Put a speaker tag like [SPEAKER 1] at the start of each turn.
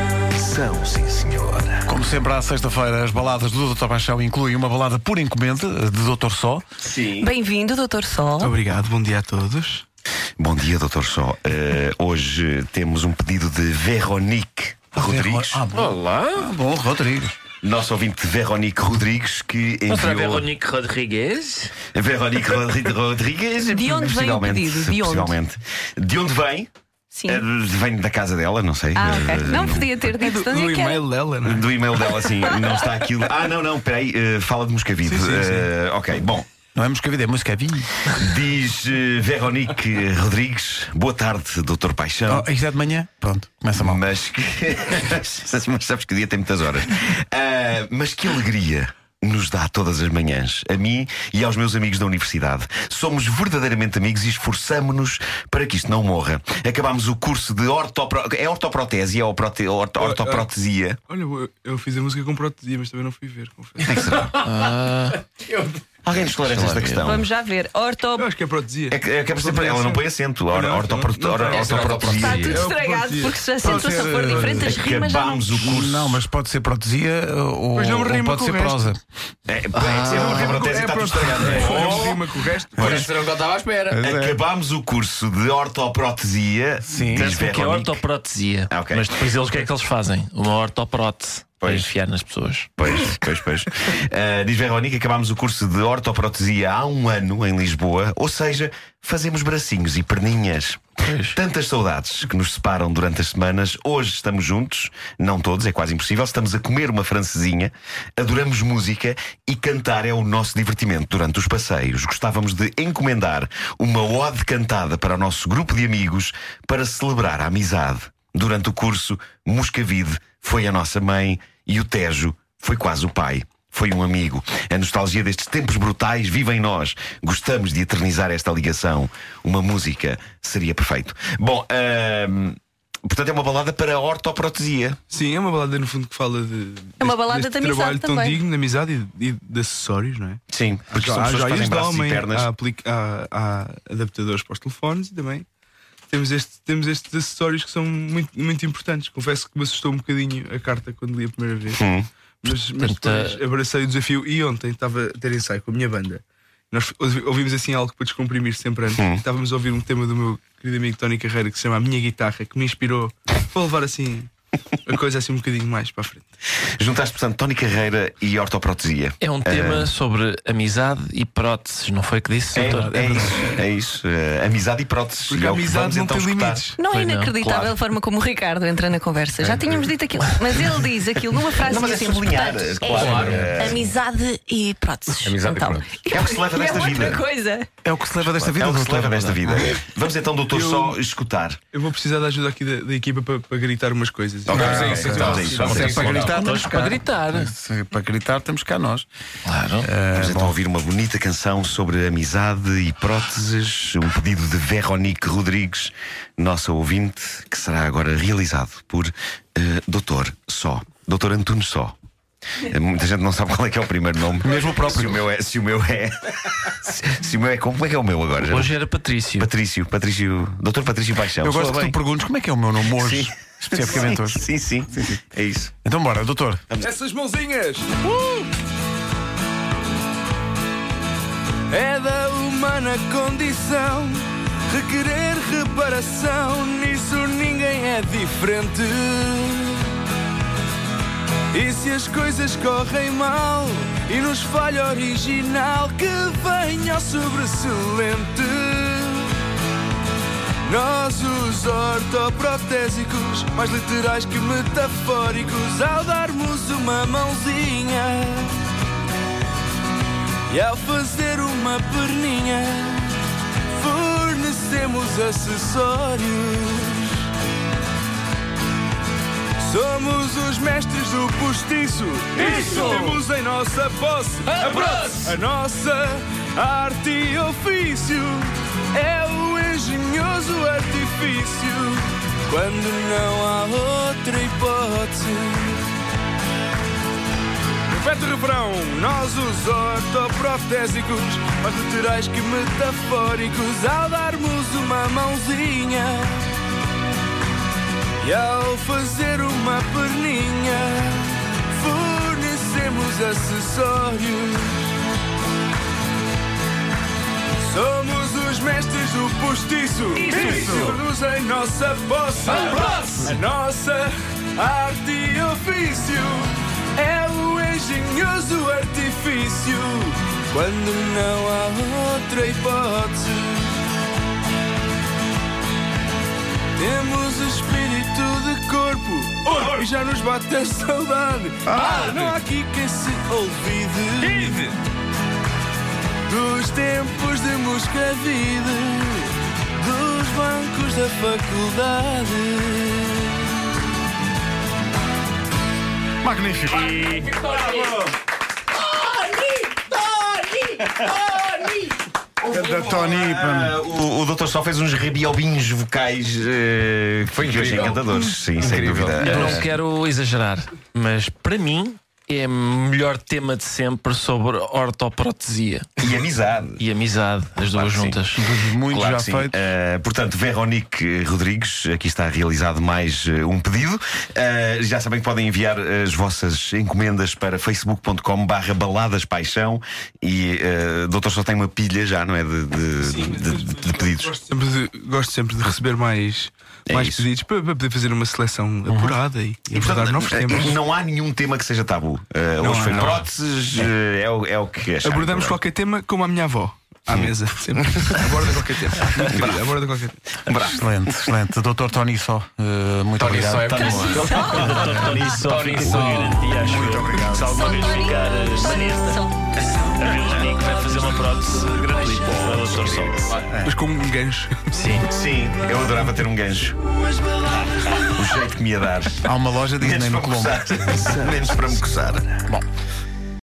[SPEAKER 1] Coração, sim senhora.
[SPEAKER 2] Como sempre, à sexta-feira, as baladas do Dr. Paixão incluem uma balada por encomenda eh, de Dr. Só.
[SPEAKER 1] Sim.
[SPEAKER 3] Bem-vindo, Doutor Sol.
[SPEAKER 4] Obrigado, bom dia a todos.
[SPEAKER 1] Bom dia, doutor Só. Eh, hoje temos um pedido de Veronique Rodrigues.
[SPEAKER 2] Ah, bom,
[SPEAKER 5] Olá,
[SPEAKER 2] ah, bom Rodrigues.
[SPEAKER 1] Nosso ouvinte Veronique Rodrigues que enviou...
[SPEAKER 5] não será Veronique Rodrigues?
[SPEAKER 1] Veronique Rodri- Rodrigues.
[SPEAKER 3] De onde vem o
[SPEAKER 1] possivelmente,
[SPEAKER 3] pedido? De onde?
[SPEAKER 1] possivelmente. De onde vem?
[SPEAKER 3] Sim.
[SPEAKER 1] Eh, Vem da casa dela, não sei.
[SPEAKER 3] Ah,
[SPEAKER 1] Eh,
[SPEAKER 3] ok. Não podia ter dito
[SPEAKER 4] Do,
[SPEAKER 3] tanto
[SPEAKER 4] do
[SPEAKER 3] que era.
[SPEAKER 4] e-mail dela, não é?
[SPEAKER 1] Do e-mail dela, sim, não está aquilo. Ah, não, não, peraí, eh, fala de Moscavide.
[SPEAKER 4] Sim, sim, sim.
[SPEAKER 1] Eh, ok, bom.
[SPEAKER 2] Não é Moscavide, é Moscavide.
[SPEAKER 1] Diz eh, Veronique Rodrigues, boa tarde, doutor Paixão.
[SPEAKER 2] Oh, isto é de manhã? Pronto, começa mal.
[SPEAKER 1] Mas que. mas sabes que o dia tem muitas horas. Ah, mas que alegria nos dá todas as manhãs, a mim e aos meus amigos da universidade. Somos verdadeiramente amigos e esforçamo-nos para que isto não morra. Acabámos o curso de ortopro... é ortoprotese, é orprote... orto- ortoprotesia.
[SPEAKER 4] Olha, eu, eu fiz a música com protesia, mas também não fui ver, confesso.
[SPEAKER 1] Alguém nos esclarece esta questão.
[SPEAKER 3] Vamos já ver. Orto.
[SPEAKER 4] Eu acho que é protesia.
[SPEAKER 1] É que, é que é sempre- ela não põe acento, or,
[SPEAKER 4] Não, não,
[SPEAKER 1] ortoprot-
[SPEAKER 4] não, não,
[SPEAKER 1] or-
[SPEAKER 4] não, não,
[SPEAKER 3] Está
[SPEAKER 1] ortoprotesia.
[SPEAKER 3] tudo
[SPEAKER 4] Eu
[SPEAKER 3] estragado
[SPEAKER 4] podia.
[SPEAKER 3] porque já
[SPEAKER 4] Pode
[SPEAKER 3] sentou-se a
[SPEAKER 4] ser,
[SPEAKER 3] pôr
[SPEAKER 4] eh,
[SPEAKER 3] diferentes rimas. já não-
[SPEAKER 1] Acabámos o curso.
[SPEAKER 2] Não, mas pode ser protesia ou,
[SPEAKER 4] Mas não
[SPEAKER 2] ou
[SPEAKER 4] rima
[SPEAKER 2] pode
[SPEAKER 4] com
[SPEAKER 2] ser
[SPEAKER 4] o resto.
[SPEAKER 2] prosa.
[SPEAKER 1] É, pode ser
[SPEAKER 4] Ah,
[SPEAKER 1] ortoprotesia, está tudo estragado. não é?
[SPEAKER 4] Eu rima um com o resto.
[SPEAKER 5] Por isso não que eu estava à espera.
[SPEAKER 1] Acabámos o curso de ortoprotesia.
[SPEAKER 2] é. Sim.
[SPEAKER 1] diz
[SPEAKER 2] Mas
[SPEAKER 5] Porque é
[SPEAKER 1] Veronique.
[SPEAKER 5] ortoprotesia.
[SPEAKER 1] Ah, ok.
[SPEAKER 5] Mas depois eles, o que é que eles fazem? Uma ortoprótese. Para
[SPEAKER 1] Pois.
[SPEAKER 5] enfiar nas pessoas.
[SPEAKER 1] Pois, pois, pois. Uh, diz Veronique, acabámos o curso de ortoprotesia há um ano em Lisboa, ou seja, fazemos bracinhos e perninhas.
[SPEAKER 5] Pois.
[SPEAKER 1] Tantas saudades que nos separam durante as semanas. Hoje estamos juntos, não todos, é quase impossível. Estamos a comer uma francesinha, adoramos música e cantar é o nosso divertimento durante os passeios. Gostávamos de encomendar uma ode cantada para o nosso grupo de amigos para celebrar a amizade. Durante o curso, Moscavide foi a nossa mãe e o Tejo foi quase o pai. Foi um amigo. A nostalgia destes tempos brutais vive em nós. Gostamos de eternizar esta ligação. Uma música seria perfeito. Bom, ahm, portanto, é uma balada para a ortoprotesia.
[SPEAKER 4] Sim, é uma balada no fundo que fala de.
[SPEAKER 3] É uma
[SPEAKER 4] deste-
[SPEAKER 3] balada
[SPEAKER 4] deste
[SPEAKER 3] de amizade
[SPEAKER 4] trabalho tão
[SPEAKER 3] também.
[SPEAKER 4] digno, de amizade e, e de acessórios, não é?
[SPEAKER 1] Sim, porque são
[SPEAKER 4] há
[SPEAKER 1] pessoas que
[SPEAKER 4] joias
[SPEAKER 1] fazem
[SPEAKER 4] de
[SPEAKER 1] braços e
[SPEAKER 4] é homem, Ah.
[SPEAKER 1] pernas.
[SPEAKER 4] há, apli- há- há adaptadores para os telefones e também temos, este, temos estes acessórios que são muito, muito importantes. Confesso que me assustou um bocadinho a carta quando li a primeira vez.
[SPEAKER 1] Hum.
[SPEAKER 4] Mas, mas
[SPEAKER 5] Portanto,
[SPEAKER 1] eh,
[SPEAKER 4] depois abracei o desafio e ontem estava a ter ensaio com a minha banda. Nós ouvi- ouvimos assim algo para descomprimir sempre antes.
[SPEAKER 1] Hum.
[SPEAKER 4] Estávamos a ouvir um tema do meu querido amigo Tony Carreira que se chama A Minha Guitarra, que me inspirou para levar assim a coisa assim um bocadinho mais para a frente.
[SPEAKER 1] Juntaste, portanto, Tony Carreira e ortoprotesia.
[SPEAKER 5] É um tema sobre amizade e próteses, não foi o que disse,
[SPEAKER 1] É,
[SPEAKER 5] doutor?
[SPEAKER 1] é isso, é isso. Eh, amizade e próteses.
[SPEAKER 4] Porque
[SPEAKER 1] E é
[SPEAKER 4] a
[SPEAKER 1] o que
[SPEAKER 4] amizade
[SPEAKER 1] vamos
[SPEAKER 4] não
[SPEAKER 1] então
[SPEAKER 4] tem
[SPEAKER 1] escutar.
[SPEAKER 4] limites.
[SPEAKER 3] Não é
[SPEAKER 5] Pois não,
[SPEAKER 3] inacreditável
[SPEAKER 5] claro.
[SPEAKER 3] a forma como o Ricardo entra na conversa. Já tínhamos dito aquilo, mas ele diz aquilo numa frase
[SPEAKER 1] Não, mas é
[SPEAKER 3] assim,
[SPEAKER 1] sempre linhar,
[SPEAKER 3] portanto,
[SPEAKER 1] claro.
[SPEAKER 3] é Amizade e próteses.
[SPEAKER 6] Amizade e
[SPEAKER 3] Então,
[SPEAKER 6] próteses.
[SPEAKER 1] É o que se leva desta
[SPEAKER 3] é outra
[SPEAKER 1] vida.
[SPEAKER 3] coisa.
[SPEAKER 2] É o que se leva desta vida,
[SPEAKER 1] é o que se
[SPEAKER 2] doutor.
[SPEAKER 1] leva desta vida. Vamos então, doutor, só escutar.
[SPEAKER 4] Eu vou precisar da ajuda aqui da, da equipa para, para gritar umas coisas.
[SPEAKER 6] Vamos a isso,
[SPEAKER 1] isso, então.
[SPEAKER 6] então.
[SPEAKER 1] Vamos
[SPEAKER 2] Se é
[SPEAKER 1] Sim,
[SPEAKER 2] para
[SPEAKER 1] sim,
[SPEAKER 2] gritar,
[SPEAKER 5] Todos
[SPEAKER 2] estamos cá.
[SPEAKER 5] para gritar.
[SPEAKER 2] Se é para gritar, estamos cá nós.
[SPEAKER 5] Ah, Claro.
[SPEAKER 1] Vamos então ouvir uma bonita canção sobre amizade e próteses, um pedido de Veronique Rodrigues, nossa ouvinte, que será agora realizado por eh, Doutor Só, Doutor Antunes Só. Eh, Muita gente não sabe qual é que é o primeiro nome.
[SPEAKER 2] Mesmo o próprio.
[SPEAKER 1] Se o meu é. Se o meu é. se, se o meu é. Como é que é o meu agora?
[SPEAKER 5] Hoje era Patrício.
[SPEAKER 1] Patrício, Patrício. Doutor Patrício Paixão.
[SPEAKER 2] Eu gosto
[SPEAKER 1] Soa
[SPEAKER 2] que tu
[SPEAKER 1] bem?
[SPEAKER 2] perguntes como é que é o meu nome hoje.
[SPEAKER 1] Sim.
[SPEAKER 2] Especificamente
[SPEAKER 1] Sim,
[SPEAKER 2] hoje.
[SPEAKER 1] Sim, sim, É isso.
[SPEAKER 2] Então bora, doutor.
[SPEAKER 4] Essas mãozinhas! É da humana condição requerer reparação. Nisso ninguém é diferente. E se as coisas correm mal e nos falha original, que venha ao sobressalente. Nós, os ortoprotésicos, mais literais que metafóricos, ao darmos uma mãozinha e ao fazer uma perninha, fornecemos acessórios. Somos os mestres do postiço, isso temos em nossa posse. A, a nossa arte e ofício é o engenhoso artifício. Quando não há outra hipótese. Repete o refrão, nós os ortoprotésicos, mais literais que metafóricos, ao darmos uma mãozinha e ao fazer uma perninha. simples acessórios. Somos os mestres do postiço. Isso! Temos em nossa posse. A nossa arte e ofício é o engenhoso artifício. Quando não há outra hipótese, temos espírito de corpo. E já nos bate a saudade. não há aqui quem se olvide dos tempos de Moscavide, dos bancos da faculdade.
[SPEAKER 2] Magnífico. Da Tony. pá.
[SPEAKER 1] Ah, O, o doutor só fez uns rabiobinhos vocais eh, que foi incrível. encantadores. Sim, sem dúvida. Ah,
[SPEAKER 5] Eu não quero exagerar, mas para mim é o melhor tema de sempre sobre ortoprotesia
[SPEAKER 1] E amizade.
[SPEAKER 5] e amizade, as
[SPEAKER 1] Claro que
[SPEAKER 5] duas
[SPEAKER 1] sim.
[SPEAKER 5] juntas.
[SPEAKER 2] Muito
[SPEAKER 1] Claro
[SPEAKER 2] já
[SPEAKER 1] que sim.
[SPEAKER 2] feito.
[SPEAKER 1] Eh, portanto, Veronique Rodrigues, aqui está realizado mais eh, um pedido. Eh, já sabem que podem enviar as vossas encomendas para facebook.com barra baladas paixão e eh, doutor só tem uma pilha já, não é? De, de- de- de- de pedidos.
[SPEAKER 4] Gosto sempre de, gosto sempre de receber mais,
[SPEAKER 1] É
[SPEAKER 4] mais
[SPEAKER 1] isso.
[SPEAKER 4] pedidos para, para poder fazer uma seleção apurada e, e abordar novos
[SPEAKER 1] eh,
[SPEAKER 4] temas.
[SPEAKER 1] não há nenhum tema que seja tabu. Eh, hoje
[SPEAKER 4] há,
[SPEAKER 1] foi
[SPEAKER 4] não há.
[SPEAKER 1] próteses, eh, é, o, é o que acharam.
[SPEAKER 4] Abordamos qualquer tema como a minha avó. À mesa, sempre. Aborda qualquer tema. Muito querida, aborda qualquer tema.
[SPEAKER 2] Excelente, excelente. Doutor Tony Só, eh, muito
[SPEAKER 6] Tony
[SPEAKER 2] obrigado.
[SPEAKER 6] Só é
[SPEAKER 2] Tony
[SPEAKER 6] bom.
[SPEAKER 7] Tony Sol. Tony Muito obrigado. Se alguma vez ficar eh, maneta, a Veronique vai fazer uma prótese gratuita para o Dr. Sol.
[SPEAKER 4] Mas como um gancho.
[SPEAKER 5] Sim.
[SPEAKER 1] Sim, eu adorava ter um ganjo. O jeito que me ia dar.
[SPEAKER 2] Há uma loja Disney
[SPEAKER 1] Menos
[SPEAKER 2] no
[SPEAKER 1] para me
[SPEAKER 2] Colombo.
[SPEAKER 1] coçar. Menos para me coçar.
[SPEAKER 2] Bom,